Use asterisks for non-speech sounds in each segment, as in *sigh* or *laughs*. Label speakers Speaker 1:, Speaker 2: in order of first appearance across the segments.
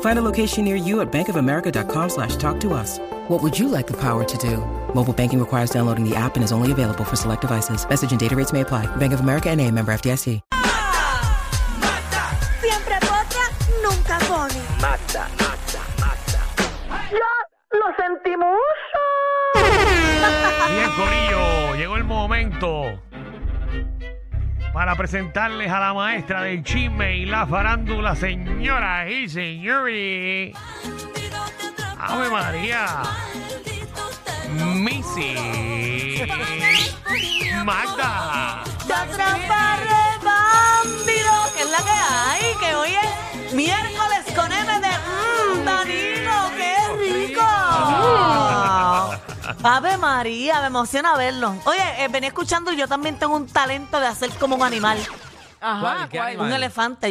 Speaker 1: Find a location near you at bankofamerica.com slash talk to us. What would you like the power to do? Mobile banking requires downloading the app and is only available for select devices. Message and data rates may apply. Bank of America and a member FDIC.
Speaker 2: Siempre potra, nunca pone.
Speaker 3: lo sentimos.
Speaker 4: Bien, Corillo, llegó el momento para presentarles a la maestra del chisme y la farándula, señoras y señores. Ave María. Missy. Magda.
Speaker 3: De atraparre, bandido, que es la que hay, que hoy es miércoles con M de mmm, Danilo, qué rico.
Speaker 4: Ah.
Speaker 3: Ave María, me emociona verlo. Oye, eh, venía escuchando y yo también tengo un talento de hacer como un animal.
Speaker 5: Ajá, ¿cuál?
Speaker 6: animal?
Speaker 5: Un
Speaker 6: Vale.
Speaker 5: elefante.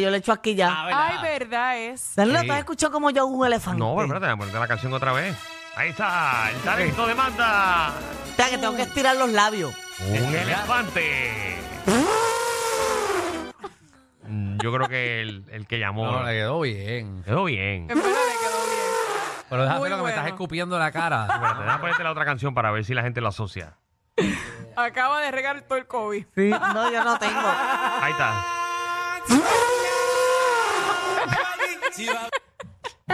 Speaker 3: Un
Speaker 6: Vale. Ah,
Speaker 5: Ay, verdad.
Speaker 3: elefante, yo le echo aquí ya.
Speaker 5: es.
Speaker 3: Danilo,
Speaker 4: Ah, sí.
Speaker 3: ¿tú has escuchado como yo hago un elefante?
Speaker 4: No, pero espérate, voy a poner la canción otra vez. Ahí está, el talento de Magda.
Speaker 3: Espera, que tengo que estirar los labios.
Speaker 4: Un elefante. Mm, Yo creo que el, el que llamó.
Speaker 6: No, le quedó bien.
Speaker 4: Quedó bien.
Speaker 6: Pero déjame
Speaker 5: Muy
Speaker 6: lo que me
Speaker 5: bueno.
Speaker 6: estás escupiendo la *laughs* cara.
Speaker 4: Espérate, déjame ponerte la otra canción para ver si la gente lo asocia.
Speaker 5: Acaba de regar todo el COVID.
Speaker 3: No, yo no tengo.
Speaker 4: Ahí
Speaker 6: *laughs*
Speaker 4: está.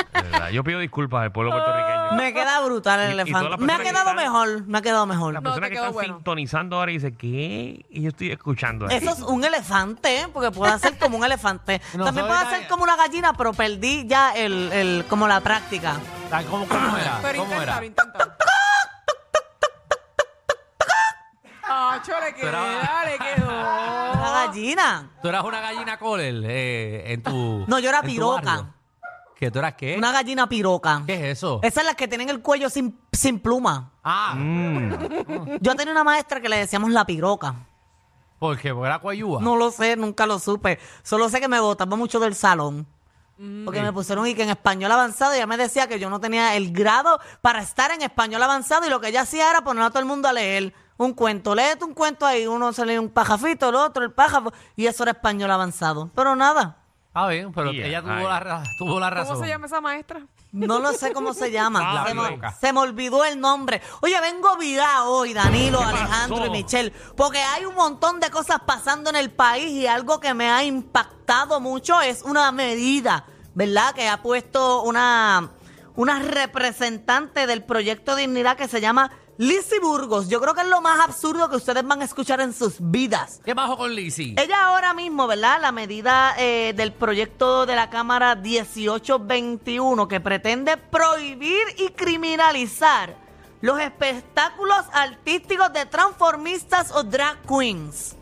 Speaker 4: De verdad, Yo pido disculpas al pueblo puertorriqueño.
Speaker 3: Me queda brutal el
Speaker 4: Y- y todas
Speaker 3: elefante.
Speaker 4: las
Speaker 3: Me ha
Speaker 4: personas que
Speaker 3: quedado
Speaker 4: están-
Speaker 3: mejor, me ha quedado
Speaker 4: Las
Speaker 3: mejor.
Speaker 5: No,
Speaker 4: personas
Speaker 5: te
Speaker 4: que
Speaker 5: quedó
Speaker 4: están
Speaker 5: bueno.
Speaker 4: sintonizando ahora dicen, ¿qué? Y yo estoy escuchando
Speaker 6: Pues
Speaker 4: aquí.
Speaker 3: Eso es un elefante, ¿eh? porque puedo hacer como un elefante.
Speaker 6: *laughs* No
Speaker 3: También
Speaker 6: soy
Speaker 3: puedo hacer
Speaker 6: nadie.
Speaker 3: como una gallina, pero perdí ya el, el- como la práctica.
Speaker 6: Tan- ¿Cómo, cómo era?
Speaker 5: Pero
Speaker 6: ¿Cómo era?
Speaker 5: inténtalo, inténtalo. Ah, chole, que
Speaker 6: Pero-
Speaker 3: *laughs*
Speaker 5: dale,
Speaker 3: La
Speaker 5: quedó.
Speaker 3: gallina.
Speaker 6: Tú eras una gallina colel eh, en tu.
Speaker 3: No, yo era
Speaker 6: en tu
Speaker 3: piroca.
Speaker 6: barrio. ¿Que tú eras qué?
Speaker 3: Una gallina piroca.
Speaker 6: ¿Qué es eso?
Speaker 3: Esas las que tienen el cuello sin, sin pluma.
Speaker 6: Ah,
Speaker 3: Yo tenía una maestra que le decíamos la piroca.
Speaker 6: ¿por qué? Porque era coyúa.
Speaker 3: No lo sé, nunca lo supe. Solo sé que me botaba mucho del salón. Porque me pusieron y que en español avanzado ella me decía que yo no tenía el grado para estar en español avanzado y lo que ella hacía era poner a todo el mundo a leer un cuento. Léete un cuento ahí, uno se lee un pajafito, el otro el pájaro y eso era español avanzado. Pero nada,
Speaker 6: Ah, bien, pero
Speaker 4: Yeah,
Speaker 6: ella
Speaker 4: ay.
Speaker 6: tuvo la, ra- tuvo la razón.
Speaker 5: ¿Cómo se llama esa maestra?
Speaker 3: no lo sé cómo se llama.
Speaker 6: La
Speaker 3: se, me,
Speaker 6: loca.
Speaker 3: se me olvidó el nombre. Oye, vengo virá hoy, Danilo, Alejandro y
Speaker 4: pasó?
Speaker 3: Michelle, porque hay un montón de cosas pasando en el país y algo que me ha impactado mucho es una medida, ¿verdad? Que ha puesto una, una representante del proyecto Dignidad que se llama Lizzy Burgos. Yo creo que es lo más absurdo que ustedes van a escuchar en sus vidas.
Speaker 6: ¿Qué bajo con Lizzie?
Speaker 5: Eh.
Speaker 3: Ella ahora mismo, ¿verdad? La medida eh, del proyecto de la Cámara 1821 que pretende prohibir y criminalizar los espectáculos artísticos de transformistas o drag queens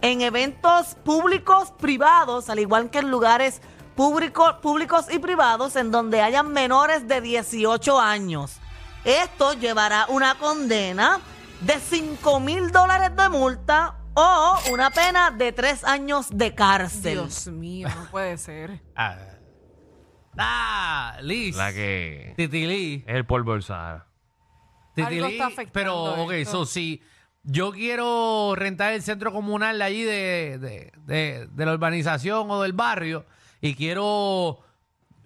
Speaker 3: en eventos públicos, privados, al igual que en lugares público- públicos y privados en donde hayan menores de 18 años. Esto llevará una condena de 5 mil dólares de multa o una pena de 3 años de cárcel.
Speaker 5: Dios mío, no puede ser.
Speaker 6: Ah, ah Liz.
Speaker 4: La que
Speaker 6: Titilí.
Speaker 4: es el polvo del Sahara.
Speaker 5: Algo
Speaker 6: Titilí,
Speaker 5: está afectando
Speaker 6: pero, ok,
Speaker 5: esto.
Speaker 6: so, si yo quiero rentar el centro comunal de allí de, de- de- de la urbanización o del barrio y quiero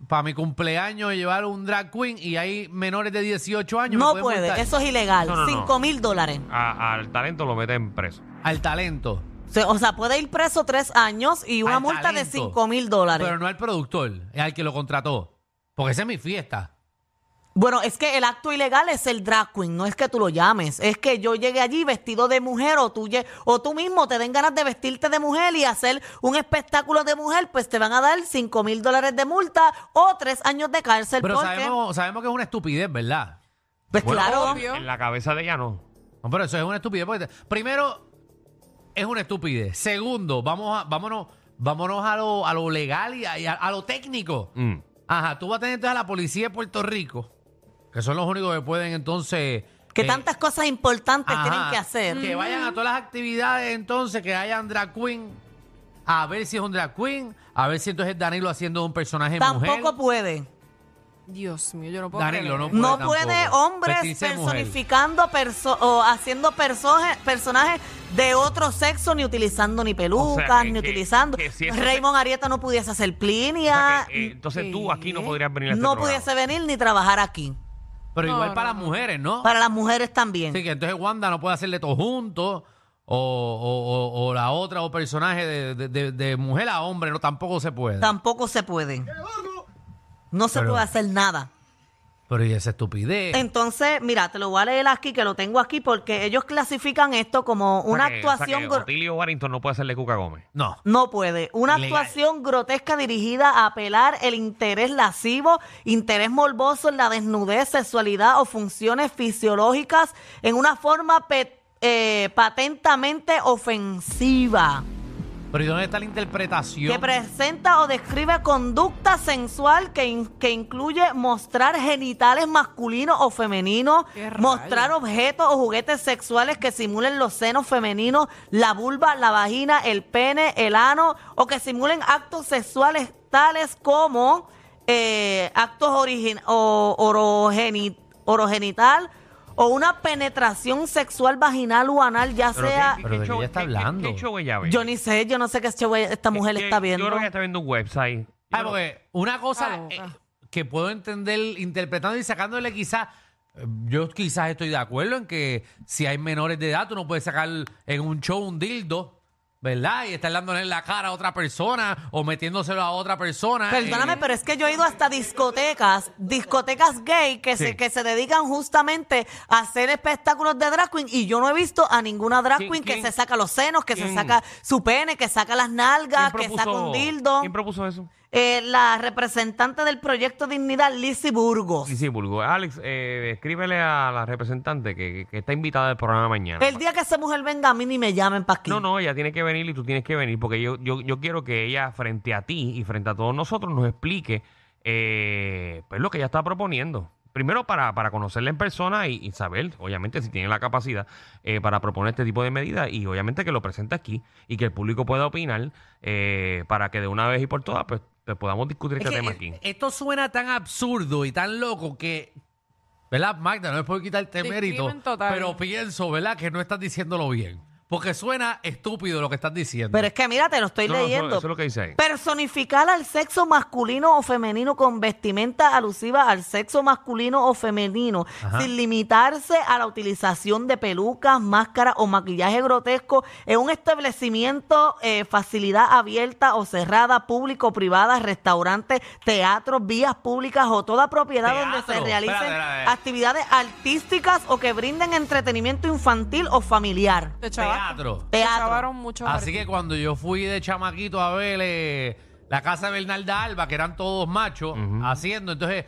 Speaker 6: para mi cumpleaños llevar un drag queen y hay menores de 18 años,
Speaker 3: No
Speaker 6: me pueden
Speaker 3: puede,
Speaker 6: multar.
Speaker 3: eso es ilegal.
Speaker 4: No, no, no.
Speaker 3: 5 mil dólares.
Speaker 4: A- al talento lo meten preso.
Speaker 6: al talento,
Speaker 3: O sea- O sea, puede ir preso 3 años y una
Speaker 6: Al
Speaker 3: multa de
Speaker 6: talento.
Speaker 3: 5 mil dólares.
Speaker 6: pero no al productor, es al que lo contrató, porque esa es mi fiesta.
Speaker 3: Bueno, es que el acto ilegal es el drag queen, no es que tú lo llames. Es que yo llegué allí vestido de mujer o tú, lle- o tú mismo te den ganas de vestirte de mujer y hacer un espectáculo de mujer, pues te van a dar 5 mil dólares de multa o 3 años de cárcel.
Speaker 6: Pero
Speaker 3: porque-
Speaker 6: sabemos, sabemos que es una estupidez, ¿verdad?
Speaker 3: Pues
Speaker 4: Bueno,
Speaker 3: claro.
Speaker 5: Obvio.
Speaker 4: En la cabeza de ella no.
Speaker 6: No, pero eso es una estupidez. porque te- primero, es una estupidez. Segundo, vamos a, vámonos, vámonos a lo, a lo legal y a, y a- a lo técnico.
Speaker 4: Mm.
Speaker 6: Ajá, tú vas a tener entonces a la policía de Puerto Rico, que son los únicos que pueden entonces...
Speaker 3: Que
Speaker 6: eh,
Speaker 3: tantas cosas importantes
Speaker 6: ajá,
Speaker 3: tienen que hacer.
Speaker 6: Que vayan a todas las actividades entonces, que hayan drag queen, a ver si es un drag queen, a ver si entonces Danilo haciendo un personaje
Speaker 3: Tampoco
Speaker 6: mujer.
Speaker 3: puede.
Speaker 5: Dios mío, yo no puedo
Speaker 6: Danilo no
Speaker 5: creer.
Speaker 6: puede
Speaker 3: No
Speaker 6: tampoco.
Speaker 3: puede
Speaker 4: Pues
Speaker 3: hombres
Speaker 6: Vestirse de mujer.
Speaker 3: personificando perso- o haciendo personaje- personajes de otro sexo, ni utilizando ni pelucas,
Speaker 4: que-
Speaker 3: ni
Speaker 4: que-
Speaker 3: utilizando.
Speaker 4: que si eso se-
Speaker 3: Raymond Arieta no pudiese hacer
Speaker 4: O sea
Speaker 3: Plinia,
Speaker 4: que, eh, entonces tú aquí no
Speaker 5: ¿qué?
Speaker 4: podrías venir a este
Speaker 3: no
Speaker 4: programa.
Speaker 3: pudiese venir ni trabajar aquí.
Speaker 6: Pero
Speaker 5: No,
Speaker 6: igual
Speaker 5: no,
Speaker 6: para
Speaker 5: no.
Speaker 6: las mujeres, ¿no?
Speaker 3: Para las mujeres también.
Speaker 6: Sí, que entonces Wanda no puede hacerle todo junto. O, o- o- o la otra, o personaje de, de- de- de mujer a hombre, no tampoco se puede.
Speaker 3: Tampoco se puede. No se
Speaker 6: Pero-
Speaker 3: puede hacer nada.
Speaker 6: Pero y esa estupidez.
Speaker 3: Entonces, mira, te lo voy a leer aquí, que lo tengo aquí, porque ellos clasifican esto como
Speaker 4: O sea
Speaker 3: una
Speaker 4: que- o sea
Speaker 3: actuación...
Speaker 4: que
Speaker 3: gor-
Speaker 4: Otilio Warrington no puede hacerle Cuca Gómez.
Speaker 6: No.
Speaker 3: No puede. Una
Speaker 6: Ilegal.
Speaker 3: actuación grotesca dirigida a apelar el interés lascivo, interés morboso en la desnudez, sexualidad o funciones fisiológicas en una forma pe- eh, patentamente ofensiva
Speaker 6: Pero ¿y dónde está la interpretación?
Speaker 3: que presenta o describe conducta sensual que, in- que incluye mostrar genitales masculinos o femeninos,
Speaker 5: ¡Qué rayos!
Speaker 3: mostrar objetos o juguetes sexuales que simulen los senos femeninos, la vulva, la vagina, el pene, el ano, o que simulen actos sexuales tales como eh, actos origin- o- orogeni- orogenital o una penetración sexual vaginal o anal, ya
Speaker 4: Pero
Speaker 3: sea...
Speaker 4: ¿qué-
Speaker 6: Pero ¿de
Speaker 4: show-
Speaker 6: qué está
Speaker 4: qué- qué-
Speaker 6: hablando?
Speaker 4: qué show ella ve?
Speaker 3: Yo ni sé, yo no sé qué este güey- esta mujer
Speaker 4: Es que
Speaker 3: está viendo.
Speaker 4: Yo creo que ella está viendo un website.
Speaker 6: Ay,
Speaker 4: Yo-
Speaker 6: porque una
Speaker 5: Ah,
Speaker 6: cosa
Speaker 5: no,
Speaker 6: eh,
Speaker 5: ah.
Speaker 6: que puedo entender interpretando y sacándole quizás. eh, Yo quizás estoy de acuerdo en que si hay menores de edad, tú no puedes sacar en un show un dildo, ¿verdad? Y estar dándole en la cara a otra persona o metiéndoselo a otra persona.
Speaker 3: Perdóname,
Speaker 6: eh,
Speaker 3: pero es que yo he ido hasta discotecas, discotecas gay que,
Speaker 4: Sí.
Speaker 3: se, que se dedican justamente a hacer espectáculos de drag queen y yo no he visto a ninguna drag
Speaker 4: ¿Quién-
Speaker 3: queen que
Speaker 4: quién-
Speaker 3: se saca los senos, que
Speaker 4: quién-
Speaker 3: se saca su pene, que saca las nalgas,
Speaker 4: ¿quién
Speaker 3: que saca un dildo.
Speaker 4: ¿Quién propuso eso?
Speaker 3: Eh, la representante del proyecto Dignidad, Lizzie Burgos.
Speaker 4: Sí, sí, Bulgo. Alex, eh, escríbele a la representante que, que- que está invitada del programa mañana.
Speaker 3: El día que esa mujer venga a mí ni me llamen para aquí.
Speaker 4: No, no, ella tiene que venir y tú tienes que venir porque yo, yo, yo quiero que ella frente a ti y frente a todos nosotros nos explique eh, pues lo que ella está proponiendo. Primero para, para conocerla en persona y, y saber, obviamente, si tiene la capacidad eh, para proponer este tipo de medidas y obviamente que lo presente aquí y que el público pueda opinar eh, para que de una vez y por todas pues, pues podamos discutir
Speaker 6: Es
Speaker 4: este
Speaker 6: que,
Speaker 4: tema
Speaker 6: eh,
Speaker 4: aquí.
Speaker 6: Esto suena tan absurdo y tan loco que. ¿Verdad, Magda? No es por quitarte
Speaker 5: Discrimen
Speaker 6: mérito.
Speaker 5: total.
Speaker 6: Pero pienso, ¿verdad?, que no estás diciéndolo bien. Porque suena estúpido lo que estás diciendo.
Speaker 3: Pero es que mira, te lo estoy
Speaker 4: No, no, eso-
Speaker 3: leyendo.
Speaker 4: eso es lo que dice ahí.
Speaker 3: Personificar al sexo masculino o femenino con vestimenta alusiva al sexo masculino o femenino,
Speaker 6: Ajá.
Speaker 3: sin limitarse a la utilización de pelucas, máscaras o maquillaje grotesco en un establecimiento, eh, facilidad abierta o cerrada, público, o privada, restaurantes, teatros, vías públicas o toda propiedad donde se
Speaker 6: Teatro.
Speaker 3: realicen
Speaker 6: Espérate, espérate.
Speaker 3: actividades artísticas o que brinden entretenimiento infantil o familiar.
Speaker 6: Este
Speaker 5: Te chavaste.
Speaker 6: teatro.
Speaker 5: Te
Speaker 3: Teatro.
Speaker 5: chavaron mucho.
Speaker 6: Así que cuando yo fui de chamaquito a ver eh, la casa de Bernalda Alba, que eran todos machos, haciendo, entonces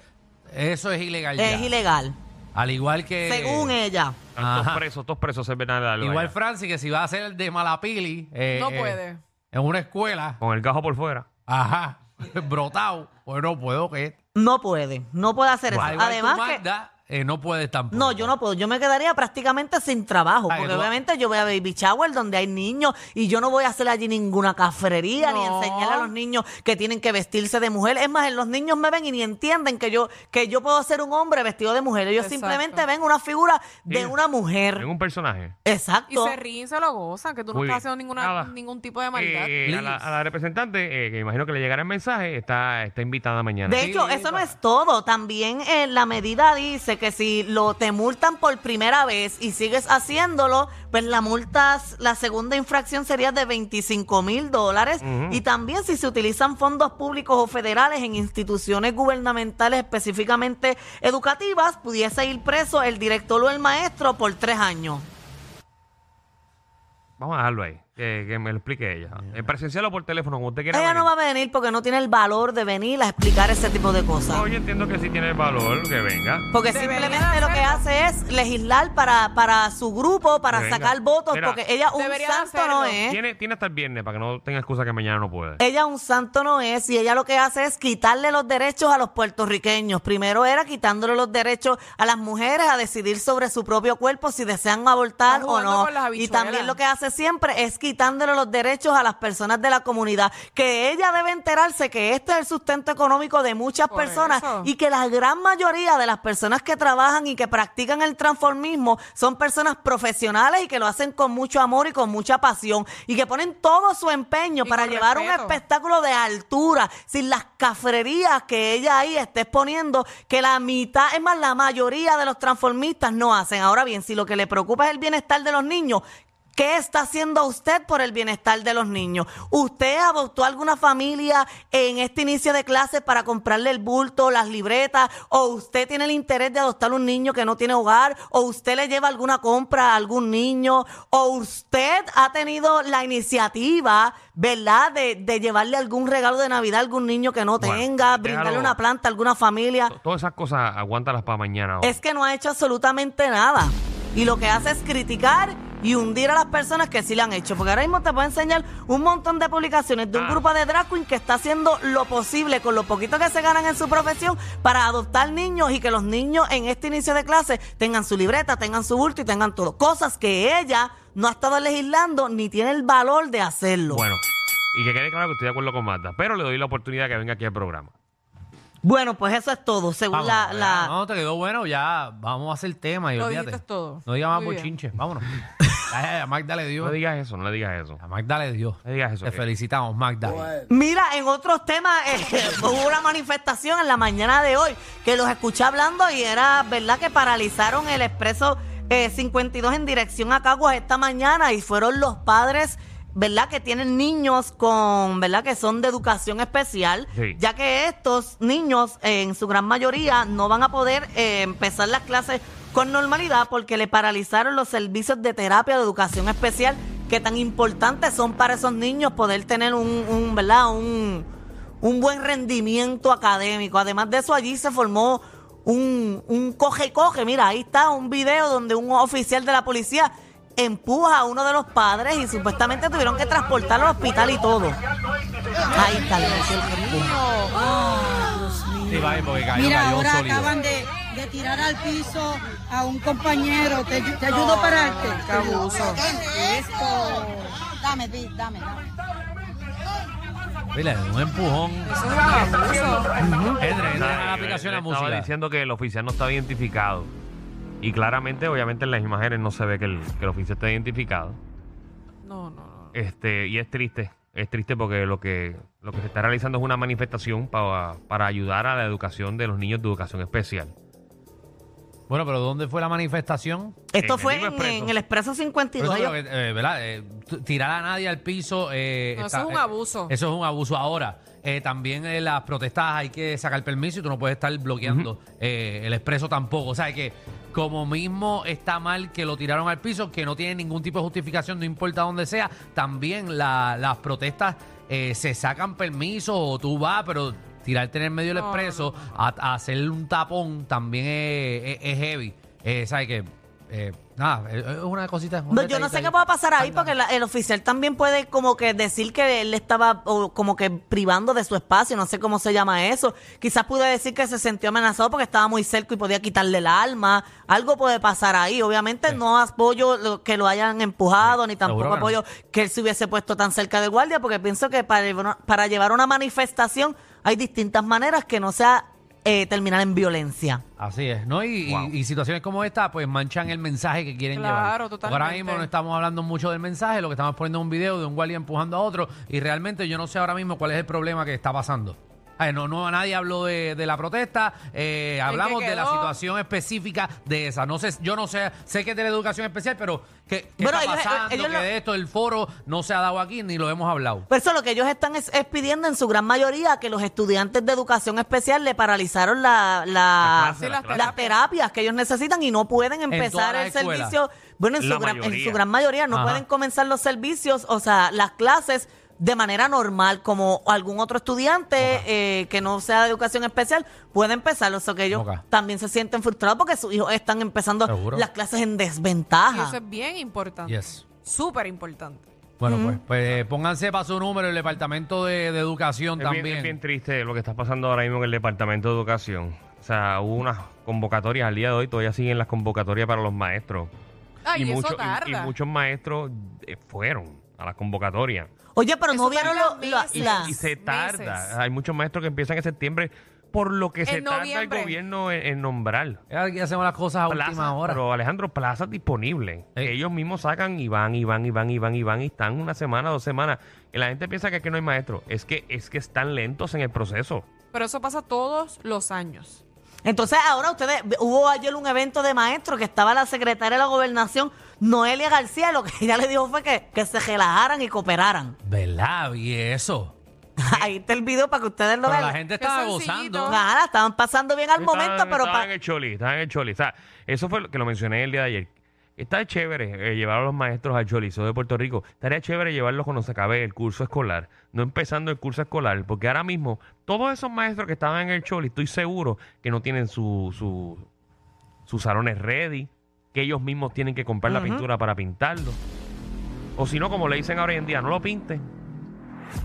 Speaker 6: eso es ilegal. ya. Eh.
Speaker 3: Es ilegal,
Speaker 6: Al igual que...
Speaker 3: según ella.
Speaker 4: Están todos
Speaker 6: Ajá.
Speaker 4: presos, todos presos, se ven a la-
Speaker 6: Igual Francis, que si va a hacer el de Malapili... eh,
Speaker 5: No
Speaker 6: eh,
Speaker 5: puede.
Speaker 6: en una escuela,
Speaker 4: con el gajo por fuera.
Speaker 6: ajá, *laughs* brotado, pues no puedo que...
Speaker 3: No puede, no puede hacer eso.
Speaker 6: Al igual
Speaker 3: Además
Speaker 6: tú,
Speaker 3: que
Speaker 6: Magda, eh, no puedes tampoco.
Speaker 3: no, yo no puedo. Yo me quedaría prácticamente sin trabajo.
Speaker 6: Ah, que
Speaker 3: porque
Speaker 6: tú-
Speaker 3: obviamente yo voy a Baby Shower donde hay niños y yo no voy a hacer allí ninguna cafrería ni
Speaker 5: No.
Speaker 3: enseñar a los niños que tienen que vestirse de mujer. Es más, los niños me ven y ni entienden que yo, que yo puedo ser un hombre vestido de mujer. Ellos
Speaker 5: Exacto.
Speaker 3: simplemente ven una figura de
Speaker 4: Sí.
Speaker 3: una mujer.
Speaker 4: En un personaje.
Speaker 3: Exacto.
Speaker 5: Y se ríen, se lo gozan, que tú no
Speaker 4: Muy
Speaker 5: estás
Speaker 4: bien.
Speaker 5: haciendo ninguna,
Speaker 4: Nada.
Speaker 5: ningún tipo de maldad.
Speaker 4: Eh, a, la,
Speaker 6: please.
Speaker 4: a la representante, eh, que imagino que le llegará el mensaje, está, está invitada mañana.
Speaker 3: De hecho, eso no es todo. También eh, la medida dice dice que si lo te multan por primera vez y sigues haciéndolo, pues la multa, la segunda infracción sería de 25 mil dólares. Y también si se utilizan fondos públicos o federales en instituciones gubernamentales específicamente educativas, pudiese ir preso el director o el maestro por tres años.
Speaker 4: Vamos a dejarlo ahí, que, que me lo explique ella. Eh, presencial o por teléfono, como usted quiera.
Speaker 3: Ella no va
Speaker 4: venir.
Speaker 3: a venir porque no tiene el valor de venir a explicar ese tipo de cosas.
Speaker 4: No, yo entiendo que sí tiene el valor, que venga.
Speaker 3: Porque
Speaker 5: Debería
Speaker 3: simplemente lo que
Speaker 5: hacerlo.
Speaker 3: hace es legislar para, para su grupo, para
Speaker 4: Venga.
Speaker 3: sacar votos,
Speaker 4: Mira.
Speaker 3: porque ella un
Speaker 5: Debería
Speaker 3: santo
Speaker 5: hacerlo.
Speaker 3: no es.
Speaker 4: Tiene, tiene hasta el viernes para que no tenga excusa que mañana no puede.
Speaker 3: Ella un santo no es y ella lo que hace es quitarle los derechos a los puertorriqueños. Primero era quitándole los derechos a las mujeres a decidir sobre su propio cuerpo si desean abortar
Speaker 5: Está
Speaker 3: o
Speaker 5: jugando
Speaker 3: no.
Speaker 5: con las
Speaker 3: Y
Speaker 5: habichuelas.
Speaker 3: también lo que hace siempre es quitándole los derechos a las personas de la comunidad. Que ella debe enterarse que este es el sustento económico de muchas
Speaker 5: Por
Speaker 3: personas
Speaker 5: eso.
Speaker 3: y que la gran mayoría de las personas que trabajan y que practican el transformismo son personas profesionales y que lo hacen con mucho amor y con mucha pasión y que ponen todo su empeño
Speaker 5: Y
Speaker 3: para
Speaker 5: con
Speaker 3: llevar un
Speaker 5: respeto.
Speaker 3: espectáculo de altura sin las cafrerías que ella ahí está exponiendo que la mitad, es más, la mayoría de los transformistas no hacen. Ahora bien, si lo que le preocupa es el bienestar de los niños, ¿Qué está haciendo usted por el bienestar de los niños? ¿Usted adoptó alguna familia en este inicio de clase para comprarle el bulto, las libretas? ¿O usted tiene el interés de adoptar un niño que no tiene hogar? ¿O usted le lleva alguna compra a algún niño? ¿O usted ha tenido la iniciativa, verdad, de, de llevarle algún regalo de Navidad a algún niño que no
Speaker 4: Bueno,
Speaker 3: tenga,
Speaker 4: déjalo.
Speaker 3: brindarle una planta a alguna familia?
Speaker 4: To- Todas esas cosas aguántalas para mañana. hombre.
Speaker 3: es que no ha hecho absolutamente nada. Y lo que hace es criticar y hundir a las personas que sí le han hecho. Porque ahora mismo te puedo enseñar un montón de publicaciones de un
Speaker 4: Ah.
Speaker 3: grupo de drag queen que está haciendo lo posible con lo poquito que se ganan en su profesión para adoptar niños y que los niños en este inicio de clase tengan su libreta, tengan su bulto y tengan todo. Cosas que ella no ha estado legislando ni tiene el valor de hacerlo.
Speaker 4: Bueno, y que quede claro que estoy de acuerdo con Marta, pero le doy la oportunidad que venga aquí al programa.
Speaker 3: Bueno, pues eso es todo, según
Speaker 6: Vámonos,
Speaker 3: la...
Speaker 6: ya,
Speaker 3: la-
Speaker 6: No, te quedó bueno, ya vamos a hacer tema y
Speaker 5: Lo
Speaker 6: olvídate.
Speaker 5: dijiste todo.
Speaker 6: No digas más
Speaker 5: Muy bien.
Speaker 6: bochinche,
Speaker 5: *laughs*
Speaker 6: vámonos. Ay, ay, Magda le dio.
Speaker 4: No digas eso, no le digas eso.
Speaker 6: A Magda le dio.
Speaker 4: No digas eso,
Speaker 6: Te
Speaker 4: que-
Speaker 6: felicitamos, Magda.
Speaker 3: Mira, en otros temas eh, *laughs* hubo una manifestación en la mañana de hoy que los escuché hablando y era verdad que paralizaron el expreso eh, 52 en dirección a Caguas esta mañana y fueron los padres, ¿verdad? Que tienen niños con, ¿verdad? Que son de educación especial,
Speaker 4: Sí.
Speaker 3: ya que estos niños eh, en su gran mayoría no van a poder eh, empezar las clases con normalidad porque le paralizaron los servicios de terapia de educación especial que tan importantes son para esos niños poder tener un, un, ¿verdad? Un, un buen rendimiento académico. Además de eso, allí se formó un, un coge y coge. Mira, ahí está un video donde un oficial de la policía empuja a uno de los padres y supuestamente tuvieron que transportarlo al hospital y todo. Ahí está. le decía el que empuja.
Speaker 6: Sí, va, porque cayó,
Speaker 7: Mira,
Speaker 6: cayó
Speaker 7: ahora
Speaker 6: sólido.
Speaker 7: acaban de, de tirar al piso a un compañero. Te, ayu- te ayudo a pararte. Te ayudo. Esto. Dame, Vic, dame, dame.
Speaker 6: Mira, un empujón.
Speaker 5: Eso es un abuso.
Speaker 6: Entra, entra a la
Speaker 4: Ay,
Speaker 6: aplicación
Speaker 4: le estaba
Speaker 6: la música.
Speaker 4: diciendo que el oficial no estaba identificado. Y claramente, obviamente, en las imágenes no se ve que el, que el oficial está identificado.
Speaker 5: No, no, no.
Speaker 4: Este, y es triste, es triste porque lo que, lo que se está realizando es una manifestación para, para ayudar a la educación de los niños de educación especial.
Speaker 6: Bueno, pero ¿dónde fue la manifestación?
Speaker 3: Esto
Speaker 4: En el
Speaker 3: fue
Speaker 4: mismo
Speaker 3: en,
Speaker 4: expreso.
Speaker 3: en el Expreso
Speaker 6: Por
Speaker 3: 52.
Speaker 6: eso,
Speaker 3: Ellos-
Speaker 6: pero que, eh, ¿verdad? Eh, t- tirar a nadie al piso. eh,
Speaker 5: No, eso es un
Speaker 6: eh,
Speaker 5: abuso.
Speaker 6: eso es un abuso. Ahora, eh, también en las protestas hay que sacar permiso y tú no puedes estar bloqueando eh, el expreso tampoco. O sea, que como mismo está mal que lo tiraron al piso, que no tiene ningún tipo de justificación, no importa dónde sea, también la- las protestas eh, se sacan permiso o tú vas, pero tirarte en el medio del
Speaker 5: No,
Speaker 6: expreso, A, a hacer un tapón también es, es- es heavy. Eh, ¿Sabes que eh, nada, es es una cosita. un
Speaker 3: No, yo no sé
Speaker 6: detallito
Speaker 3: qué va a pasar ahí
Speaker 6: Anda.
Speaker 3: porque la- el oficial también puede como que decir que él estaba o como que privando de su espacio, no sé cómo se llama eso. Quizás pudo decir que se sintió amenazado porque estaba muy cerca y podía quitarle el alma. Algo puede pasar ahí. Obviamente no apoyo lo- que lo hayan empujado ni tampoco
Speaker 6: seguro que no.
Speaker 3: apoyo que él se hubiese puesto tan cerca del guardia porque pienso que para, llevar- para llevar una manifestación hay distintas maneras que no sea eh, terminar en violencia.
Speaker 6: Así es, ¿no? Y, y-
Speaker 4: Wow.
Speaker 6: y situaciones como esta, pues manchan el mensaje que quieren
Speaker 5: Claro,
Speaker 6: llevar. Porque Ahora
Speaker 5: totalmente.
Speaker 6: mismo no estamos hablando mucho del mensaje, lo que estamos poniendo es un video de un guardia empujando a otro y realmente yo no sé ahora mismo cuál es el problema que está pasando. Ay, no, no, nadie habló de, de la protesta. eh, hablamos de la
Speaker 5: quedó?
Speaker 6: situación específica de esa. No sé, yo no sé, sé que es de la educación especial, pero ¿qué, qué
Speaker 3: Bueno,
Speaker 6: está
Speaker 3: ellos-
Speaker 6: pasando?
Speaker 3: ellos
Speaker 6: que
Speaker 3: lo-
Speaker 6: de esto el foro no se ha dado aquí ni lo hemos hablado.
Speaker 3: Por Pues eso lo que ellos están es, es pidiendo en su gran mayoría que los estudiantes de educación especial le paralizaron la, la-
Speaker 4: Las clases,
Speaker 5: las
Speaker 3: las
Speaker 5: clases.
Speaker 3: terapias que ellos necesitan y no pueden
Speaker 6: todas
Speaker 3: empezar
Speaker 6: las
Speaker 3: el
Speaker 6: escuelas.
Speaker 3: servicio. Bueno, en
Speaker 4: La
Speaker 3: su, gran, en
Speaker 4: mayoría.
Speaker 3: su gran mayoría no
Speaker 6: Ajá.
Speaker 3: pueden comenzar los servicios, o sea, las clases de manera normal, como algún otro estudiante eh, que no sea de educación especial puede empezar. O sea, que ellos
Speaker 6: Ajá.
Speaker 3: también se sienten frustrados porque sus hijos están empezando
Speaker 6: Seguro.
Speaker 3: las clases en
Speaker 5: Y eso
Speaker 3: desventaja.
Speaker 5: es bien importante.
Speaker 6: Yes.
Speaker 5: Súper importante.
Speaker 6: Bueno, pues, pues pónganse para su número el departamento de, de educación
Speaker 4: Es
Speaker 6: también.
Speaker 4: bien, es bien triste lo que está pasando ahora mismo en el Departamento de Educación. O sea, hubo unas convocatorias al día de hoy, todavía siguen las convocatorias para los maestros.
Speaker 5: Ay, eso
Speaker 4: mucho- y-
Speaker 5: tarda.
Speaker 4: y muchos maestros eh, fueron a las convocatorias.
Speaker 3: Oye, pero
Speaker 5: Eso
Speaker 3: no vieron
Speaker 5: tarda
Speaker 3: lo- lo-
Speaker 5: meses.
Speaker 3: las-
Speaker 4: Y se
Speaker 5: meses.
Speaker 4: tarda. Hay muchos maestros que empiezan en septiembre por lo que se
Speaker 5: En
Speaker 4: tarda
Speaker 5: noviembre.
Speaker 4: el gobierno en, en nombrar.
Speaker 6: Aquí hacemos las cosas a
Speaker 4: Plazas,
Speaker 6: última hora. Eh.
Speaker 4: pero Alejandro, plazas disponibles.
Speaker 6: Ey.
Speaker 4: Que ellos mismos sacan y van, y van, y van, y van, y van, y están una semana, dos semanas. Y la gente piensa que aquí no hay maestro. Es que, es que están lentos en el proceso.
Speaker 5: Pero eso pasa todos los años.
Speaker 3: Entonces, ahora ustedes, hubo ayer un evento de maestros que estaba la secretaria de la gobernación, Noelia García, y lo que ella le dijo fue que, que se relajaran y cooperaran. *laughs*
Speaker 6: ¿Verdad? Y eso.
Speaker 3: Ahí está el video para que ustedes lo
Speaker 6: Pero
Speaker 3: vean.
Speaker 6: la gente
Speaker 5: Qué
Speaker 6: estaba
Speaker 5: sencillito.
Speaker 6: gozando.
Speaker 3: Nada, estaban pasando bien al
Speaker 4: Estaban-
Speaker 3: momento, pero
Speaker 4: estaban
Speaker 3: pa-
Speaker 4: en el choli, estaban en el choli. O sea, eso fue lo que lo mencioné el día de ayer. Está chévere eh, llevar a los maestros al choli, soy de Puerto Rico. Estaría chévere llevarlos cuando se acabe el curso escolar, no empezando el curso escolar, porque ahora mismo todos esos maestros que estaban en el choli, estoy seguro que no tienen su, su- sus salones ready, que ellos mismos tienen que comprar la pintura para pintarlo. O si no, como le dicen ahora hoy en día, no lo pintes.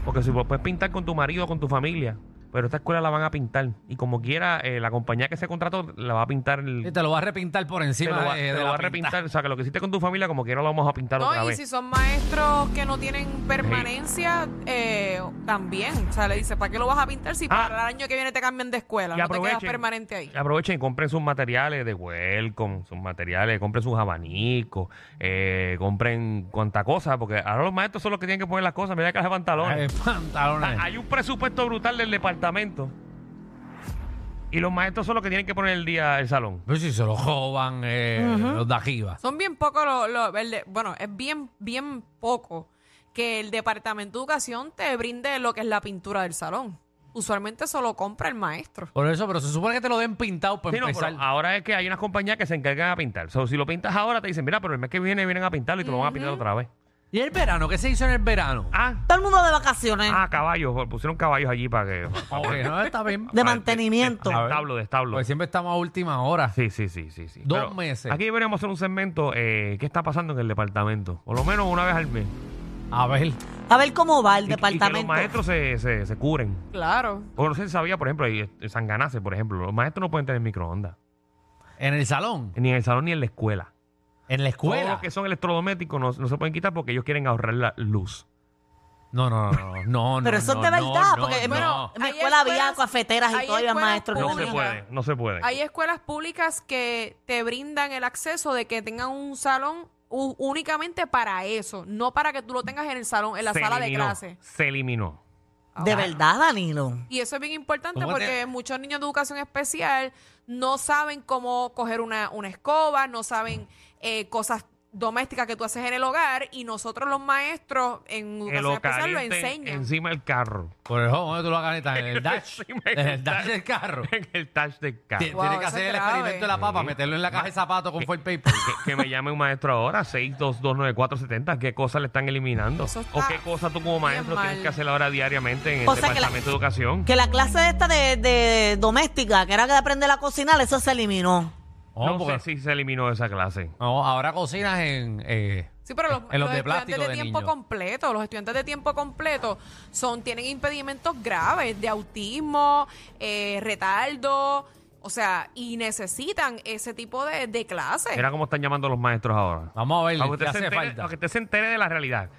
Speaker 4: Porque si lo puedes pintar con tu marido, con tu familia, pero esta escuela la van a pintar. Y como quiera, eh, la compañía que se contrató la va a pintar. El,
Speaker 6: Y te lo va a repintar por
Speaker 4: te
Speaker 6: encima
Speaker 4: lo va,
Speaker 6: de,
Speaker 4: te
Speaker 6: de
Speaker 4: lo
Speaker 6: la
Speaker 4: va a
Speaker 6: pinta.
Speaker 4: repintar. O sea, que lo que hiciste con tu familia, como quiera, lo vamos a pintar otra
Speaker 5: No, y
Speaker 4: vez.
Speaker 5: si son maestros que no tienen permanencia, eh, también. O sea, le dice, ¿para qué lo vas a pintar si para
Speaker 4: Ah.
Speaker 5: el año que viene te cambian de escuela? No te quedas permanente ahí.
Speaker 4: Aprovechen y compren sus materiales de welcome, sus materiales, compren sus abanicos, eh, compren cuanta cosa, porque ahora los maestros son los que tienen que poner las cosas, mira que de
Speaker 6: *laughs* Ay,
Speaker 4: pantalones.
Speaker 6: pantalones.
Speaker 4: Hay un presupuesto brutal del departamento. Y los maestros son los que tienen que poner el día el salón.
Speaker 6: Pero si se lo joban eh, los de arriba.
Speaker 5: Son bien pocos los... los- el de- bueno, es bien, bien poco que el Departamento de Educación te brinde lo que es la pintura del salón. Usualmente eso lo compra el maestro.
Speaker 6: Por eso, pero se supone que te lo den pintado para
Speaker 4: Sí, no, pero ah.
Speaker 6: empezar.
Speaker 4: ahora es que hay unas compañías que se encargan de pintar. So, si lo pintas ahora, te dicen, mira, pero el mes que viene vienen a pintarlo y te lo van a pintar otra vez.
Speaker 6: ¿Y el verano? ¿Qué se hizo en el verano?
Speaker 4: Ah,
Speaker 3: todo el mundo de vacaciones,
Speaker 4: ah caballos. Pusieron caballos allí *laughs* para que.
Speaker 6: Ah, Ok, no,
Speaker 4: *laughs*
Speaker 6: está bien.
Speaker 4: Ah,
Speaker 3: de mantenimiento.
Speaker 4: de establo, de establo.
Speaker 6: Pues siempre estamos a última hora.
Speaker 4: Sí, sí, sí, sí. sí.
Speaker 6: Dos meses.
Speaker 4: Aquí deberíamos hacer un segmento. Eh, ¿Qué está pasando en el departamento? Por lo menos una vez al mes.
Speaker 6: A ver.
Speaker 3: A ver cómo va el
Speaker 4: Y- Y que los
Speaker 3: departamento.
Speaker 4: maestros se, se, se curen.
Speaker 5: Claro.
Speaker 4: O no sé si sabía, por ejemplo, ahí en San Ganace, por ejemplo, los maestros no pueden tener microondas.
Speaker 6: En el salón.
Speaker 4: Ni en el salón ni en la escuela.
Speaker 6: En
Speaker 4: Todos
Speaker 6: la escuela.
Speaker 4: los Oh, que son electrodomésticos no, no se pueden quitar porque ellos quieren ahorrar la luz.
Speaker 6: No, no, no, no, no.
Speaker 3: *laughs*
Speaker 6: no,
Speaker 3: pero eso
Speaker 6: no,
Speaker 3: es de
Speaker 6: no,
Speaker 3: verdad,
Speaker 6: no,
Speaker 3: porque
Speaker 6: no.
Speaker 3: bueno, en mi
Speaker 5: Hay
Speaker 3: escuela había
Speaker 5: escuelas-
Speaker 3: cafeteras y
Speaker 5: hay
Speaker 3: todavía
Speaker 5: escuelas
Speaker 3: maestros
Speaker 4: No se
Speaker 5: Pública.
Speaker 4: puede, no se puede.
Speaker 5: Hay escuelas públicas que te brindan el acceso de que tengan un salón u- únicamente para eso, no para que tú lo tengas en el salón, en la sala de clase.
Speaker 4: Se eliminó.
Speaker 3: De verdad, Danilo.
Speaker 5: Y eso es bien importante
Speaker 6: ¿Cómo te-
Speaker 5: porque muchos niños de educación especial no saben cómo coger una, una escoba, no saben eh, cosas domésticas que tú haces en el hogar y nosotros los maestros en
Speaker 4: El
Speaker 5: educación especial pues, lo
Speaker 4: caliente
Speaker 5: enseñan.
Speaker 4: encima del carro. *laughs*
Speaker 6: Por el ¿dónde tú lo hagas neta? En el dash.
Speaker 4: Encima
Speaker 6: en el dash
Speaker 4: *laughs*
Speaker 6: del carro.
Speaker 4: En el touch del carro.
Speaker 6: Ti-
Speaker 5: Wow,
Speaker 6: Tiene que
Speaker 5: eso
Speaker 6: hacer
Speaker 5: es
Speaker 6: el
Speaker 5: grave.
Speaker 6: experimento de la papa,
Speaker 4: Ah. Sí.
Speaker 6: meterlo en la caja de zapatos con foil paper.
Speaker 4: que, que me llame un maestro ahora, 6229470, qué cosas le están eliminando.
Speaker 5: Eso está
Speaker 4: O qué cosas tú como
Speaker 5: bien
Speaker 4: maestro tienes
Speaker 5: mal.
Speaker 4: que hacer ahora diariamente en el
Speaker 3: O sea que la-
Speaker 4: Departamento de Educación.
Speaker 3: Que la clase esta de, de doméstica, que era que de aprender a cocinar, eso se eliminó.
Speaker 6: Oh,
Speaker 4: no
Speaker 6: porque-
Speaker 4: sé si se eliminó esa clase.
Speaker 6: No, ahora cocinas en. eh,
Speaker 5: Sí, pero los,
Speaker 6: en los
Speaker 5: los
Speaker 6: de
Speaker 5: estudiantes
Speaker 6: plástico
Speaker 5: de,
Speaker 6: de
Speaker 5: tiempo
Speaker 6: niños.
Speaker 5: completo, los estudiantes de tiempo completo son tienen impedimentos graves de autismo, eh, retardo, o sea, y necesitan ese tipo de, de clases.
Speaker 4: Mira cómo están llamando a los maestros ahora.
Speaker 6: Vamos a ver,
Speaker 4: Para
Speaker 6: ¿qué
Speaker 4: que, usted
Speaker 6: hace
Speaker 4: se entere,
Speaker 6: falta?
Speaker 4: para que usted se entere de la realidad.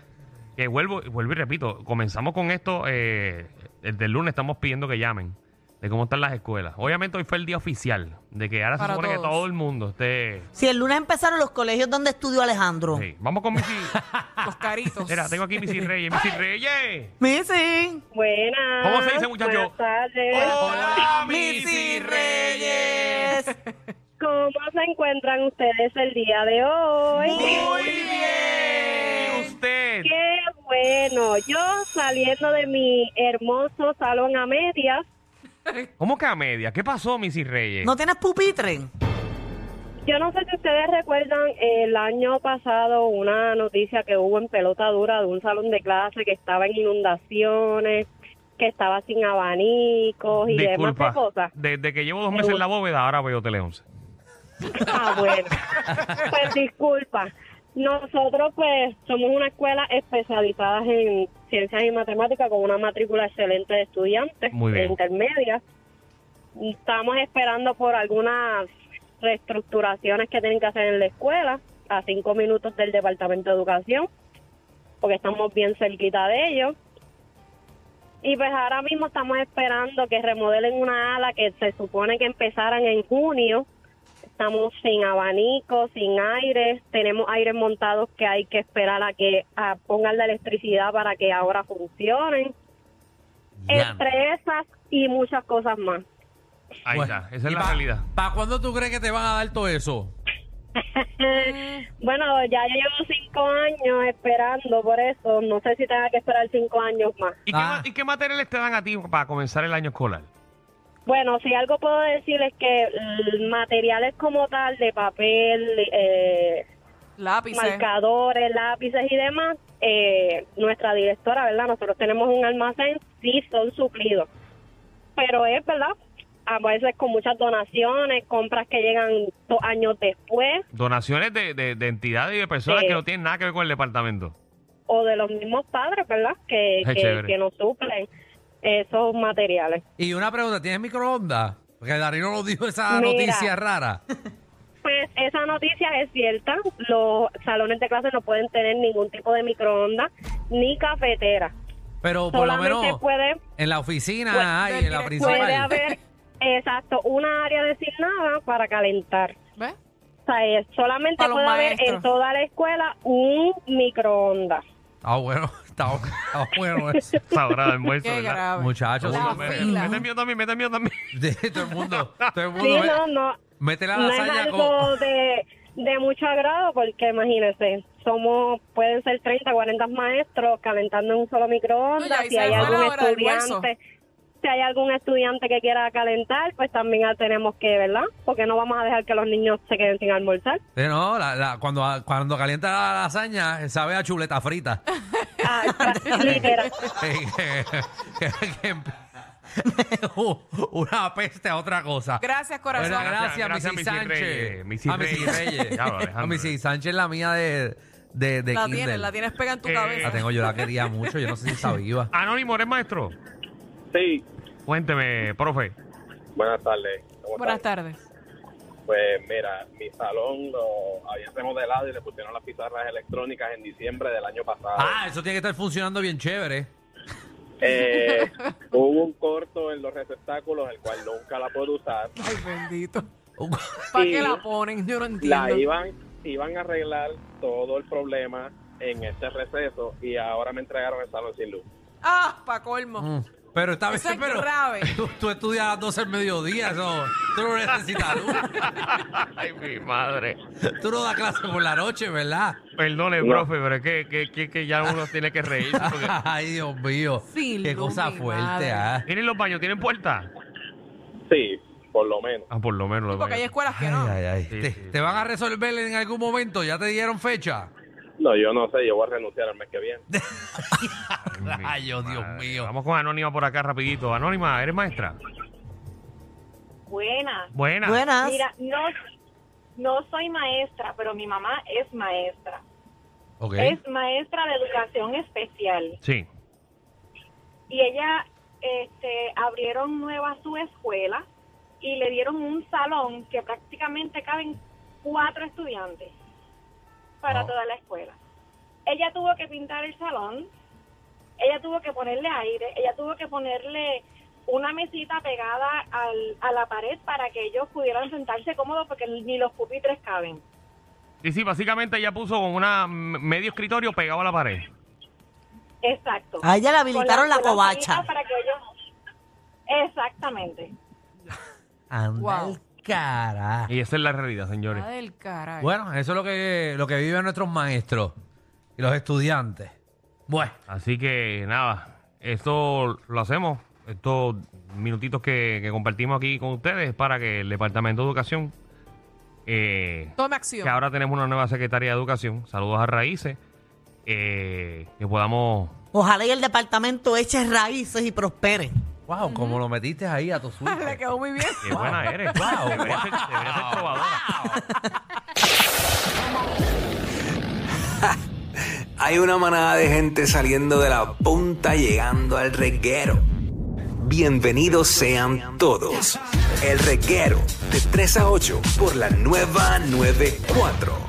Speaker 4: Que vuelvo, vuelvo y repito, comenzamos con esto, eh, el del lunes estamos pidiendo que llamen. de cómo están las escuelas. Obviamente hoy fue el día oficial de que ahora
Speaker 5: Para
Speaker 4: se supone
Speaker 5: todos.
Speaker 4: que todo el mundo esté...
Speaker 3: Si el lunes empezaron los colegios donde estudió Alejandro.
Speaker 4: Sí. Vamos con Missy...
Speaker 5: Los
Speaker 6: *laughs*
Speaker 5: caritos.
Speaker 4: Mira, tengo aquí Missy Reyes. Missy Reyes.
Speaker 3: Missy.
Speaker 8: Buenas.
Speaker 4: ¿Cómo se dice, muchacho?
Speaker 8: Buenas tardes.
Speaker 4: Hola,
Speaker 5: Missy Reyes.
Speaker 8: ¿Cómo se encuentran ustedes el día de hoy?
Speaker 4: Muy bien. Usted.
Speaker 8: Qué bueno. Yo saliendo de mi hermoso salón a medias,
Speaker 4: ¿Cómo que a media? ¿Qué pasó, Missy Reyes?
Speaker 3: ¿No tienes pupitre?
Speaker 8: yo no sé si ustedes recuerdan el año pasado una noticia que hubo en pelota dura de un salón de clase que estaba en inundaciones, que estaba sin abanicos y demás
Speaker 4: Disculpa.
Speaker 8: de cosas.
Speaker 4: Desde que llevo dos meses en la bóveda, ahora veo Tele 11.
Speaker 8: Ah, bueno. Pues disculpa. Nosotros pues somos una escuela especializada en ciencias y matemáticas con una matrícula excelente de estudiantes
Speaker 4: Muy bien.
Speaker 8: de intermedia. Y Estamos esperando por algunas reestructuraciones que tienen que hacer en la escuela a cinco minutos del Departamento de Educación porque estamos bien cerquita de ellos. Y pues ahora mismo estamos esperando que remodelen una ala que se supone que empezaran en junio. Estamos sin abanico, sin aire, tenemos aires montados que hay que esperar a que a pongan la electricidad para que ahora funcionen. Entre esas y muchas cosas más.
Speaker 4: Ahí
Speaker 6: Bueno,
Speaker 4: está. Esa
Speaker 6: Pues, ¿y
Speaker 4: es la
Speaker 6: pa-
Speaker 4: realidad.
Speaker 6: ¿Para cuándo tú crees que te van a dar todo eso?
Speaker 8: Bueno, ya yo llevo cinco años esperando por eso. No sé si tenga que esperar cinco años más.
Speaker 4: ¿Y, qué,
Speaker 6: Ah.
Speaker 4: ma- y qué materiales te dan a ti para comenzar el año escolar?
Speaker 8: Bueno, si algo puedo decir es que mm, materiales como tal, de papel, eh,
Speaker 5: Lápices.
Speaker 8: marcadores, lápices y demás, eh, nuestra directora, ¿verdad? Nosotros tenemos un almacén, sí son suplidos. Pero es, ¿verdad? A veces con muchas donaciones, compras que llegan dos años después
Speaker 4: Donaciones de, de- de entidades y de personas
Speaker 8: Sí.
Speaker 4: que no tienen nada que ver con el departamento.
Speaker 8: o de los mismos padres, ¿verdad? eh, Que,
Speaker 4: Ay,
Speaker 8: que,
Speaker 4: chévere.
Speaker 8: que nos suplen esos materiales.
Speaker 6: Y una pregunta, ¿tienes microondas? Porque Darino nos dijo esa
Speaker 8: Mira.
Speaker 6: noticia rara.
Speaker 8: Pues esa noticia es cierta. Los salones de clase no pueden tener ningún tipo de microondas ni cafetera.
Speaker 6: Pero por lo
Speaker 8: Solamente
Speaker 6: menos
Speaker 8: puede-
Speaker 6: en la oficina
Speaker 8: Puede-
Speaker 6: hay, en la
Speaker 5: puede
Speaker 6: principal.
Speaker 8: Puede haber, exacto, una área designada para calentar.
Speaker 5: ¿Ves?
Speaker 8: O sea, es- solamente
Speaker 5: Para los
Speaker 8: puede haber
Speaker 5: maestros.
Speaker 8: en toda la escuela un microondas.
Speaker 6: Ah, bueno, *laughs* está, bu- está bueno *laughs* eso.
Speaker 4: Sabrá de almuerzo,
Speaker 5: *laughs* Qué
Speaker 4: ¿verdad?
Speaker 5: grave.
Speaker 6: Muchachos,
Speaker 5: La
Speaker 6: eso
Speaker 4: Mete-
Speaker 6: es feo.
Speaker 5: fila.
Speaker 4: Mete el mío también, mete el mío también. *laughs*
Speaker 6: De todo el mundo, todo el mundo.
Speaker 8: Sí,
Speaker 6: ve-
Speaker 8: no, no,
Speaker 6: Mete la
Speaker 8: no es
Speaker 6: lasaña
Speaker 8: algo
Speaker 6: con...
Speaker 8: de, de mucho agrado porque imagínense, somos, pueden ser 30, 40 maestros calentando en un solo
Speaker 5: No, ya
Speaker 8: microondas.
Speaker 5: ahí
Speaker 8: Si
Speaker 5: se
Speaker 8: hay
Speaker 5: fue la
Speaker 8: algún
Speaker 5: hora del almuerzo.
Speaker 8: estudiante... Si hay algún estudiante que quiera calentar, pues también la tenemos que, ¿verdad? Porque no vamos a dejar que los niños se queden
Speaker 5: *laughs*
Speaker 8: sin almorzar.
Speaker 6: Sí, no, la- la- cuando, cuando calienta la lasaña, sabe a chuleta frita. *laughs*
Speaker 8: Ah, *laughs* literal.
Speaker 6: que, que- que- *laughs* una peste a otra cosa.
Speaker 5: Gracias, corazón.
Speaker 6: Bueno, gracias,
Speaker 4: Gracias, gracias,
Speaker 6: Missy
Speaker 4: Missy
Speaker 6: Sánchez.
Speaker 4: Reyes. Missy
Speaker 6: a Missy
Speaker 4: Reyes.
Speaker 6: Reyes.
Speaker 4: Ya, Alejandro.
Speaker 6: a Missy Sánchez, la mía de, de, de
Speaker 5: La
Speaker 6: Kindle.
Speaker 5: tienes, la tienes pegada en tu
Speaker 4: Eh,
Speaker 5: cabeza.
Speaker 6: La tengo yo, la quería mucho. Yo no sé si está viva.
Speaker 5: *laughs*
Speaker 4: Anónimo, ¿eres maestro?
Speaker 9: Sí,
Speaker 4: Cuénteme, profe.
Speaker 9: buenas tardes. ¿Cómo
Speaker 5: Buenas
Speaker 9: están?
Speaker 5: tardes.
Speaker 9: Pues mira, mi salón lo habían remodelado y le pusieron las pizarras electrónicas en diciembre del año pasado.
Speaker 6: Ah, eso tiene que estar funcionando bien chévere.
Speaker 8: *laughs*
Speaker 9: Eh, hubo un corto en los receptáculos, el cual nunca la puedo usar.
Speaker 5: Ay,
Speaker 6: *laughs*
Speaker 5: bendito.
Speaker 6: Uh,
Speaker 5: ¿Para
Speaker 9: Sí.
Speaker 5: qué la ponen? Yo no entiendo.
Speaker 9: La iban, iban a arreglar todo el problema en este receso y ahora me entregaron el salón sin luz.
Speaker 5: Ah, pa' colmo.
Speaker 6: mm. Pero está bien,
Speaker 5: Eso es
Speaker 6: pero
Speaker 5: grave.
Speaker 6: *laughs* Tú, tú estudias a las 12 del mediodía, eso. Tú no necesitas luz.
Speaker 4: *laughs* Ay, mi madre.
Speaker 6: Tú no das clase por la noche, ¿verdad?
Speaker 4: Perdone,
Speaker 9: No.
Speaker 4: profe, pero es que, que, que- que ya uno tiene que reír.
Speaker 6: *laughs* Ay, Dios mío.
Speaker 5: Sin
Speaker 6: Qué
Speaker 5: luz,
Speaker 6: cosa
Speaker 5: mi
Speaker 6: fuerte,
Speaker 5: madre.
Speaker 6: ¿ah?
Speaker 4: *laughs* ¿Tienen los baños? ¿Tienen puerta?
Speaker 9: Sí, por lo menos.
Speaker 4: Ah, por lo menos los
Speaker 5: Porque hay
Speaker 4: baños.
Speaker 5: escuelas que
Speaker 6: Ay,
Speaker 5: no.
Speaker 6: ay, ay.
Speaker 4: Sí,
Speaker 6: ¿Te,
Speaker 4: sí,
Speaker 6: te van a resolver en algún momento? ¿Ya te dieron fecha?
Speaker 9: No, yo no sé, yo voy a renunciar el mes que viene.
Speaker 6: *laughs* Ay, oh, Dios
Speaker 4: Madre.
Speaker 6: mío.
Speaker 4: Vamos con Anónima por acá rapidito. Anónima, ¿eres maestra?
Speaker 8: Buenas.
Speaker 4: Buena.
Speaker 3: Buenas.
Speaker 8: Mira, no, no soy maestra, pero mi mamá es maestra.
Speaker 6: Ok.
Speaker 8: Es maestra de educación especial.
Speaker 4: Sí.
Speaker 8: Y ella este, abrieron nueva su escuela y le dieron un salón que prácticamente caben cuatro estudiantes para
Speaker 6: Wow.
Speaker 8: toda la escuela. Ella tuvo que pintar el salón, ella tuvo que ponerle aire, ella tuvo que ponerle una mesita pegada al- a la pared para que ellos pudieran sentarse cómodos porque ni los pupitres caben.
Speaker 4: Y sí, básicamente ella puso con una m- medio escritorio pegado a la pared.
Speaker 8: Exacto.
Speaker 3: A ella le
Speaker 8: Con
Speaker 3: habilitaron la
Speaker 8: con las
Speaker 3: covacha.
Speaker 8: mesas para que ellos- Exactamente.
Speaker 6: Anda
Speaker 5: Wow.
Speaker 6: el cara.
Speaker 4: Y esa es la realidad, señores.
Speaker 5: Ah, del caray.
Speaker 6: Bueno, eso es lo que, lo que viven nuestros maestros y los estudiantes. Bueno,
Speaker 4: Así que nada, esto lo hacemos, estos minutitos que, que compartimos aquí con ustedes para que el Departamento de Educación, eh,
Speaker 5: Tome
Speaker 4: que
Speaker 5: acción.
Speaker 4: ahora tenemos una nueva Secretaría de Educación, saludos a Raíces, eh, que podamos...
Speaker 3: Ojalá y el departamento eche raíces y prospere.
Speaker 6: wow, como lo metiste ahí a tu
Speaker 5: *laughs*
Speaker 6: suerte.
Speaker 5: Le quedó
Speaker 6: *laughs*
Speaker 5: muy bien.
Speaker 4: ¡Qué buena eres!
Speaker 6: Wow,
Speaker 4: Deberías ser- deberías ser trovadora.
Speaker 10: Hay una manada de gente saliendo de la punta llegando al reguero. Bienvenidos sean todos. El reguero de 3 a 8 por la nueva 94.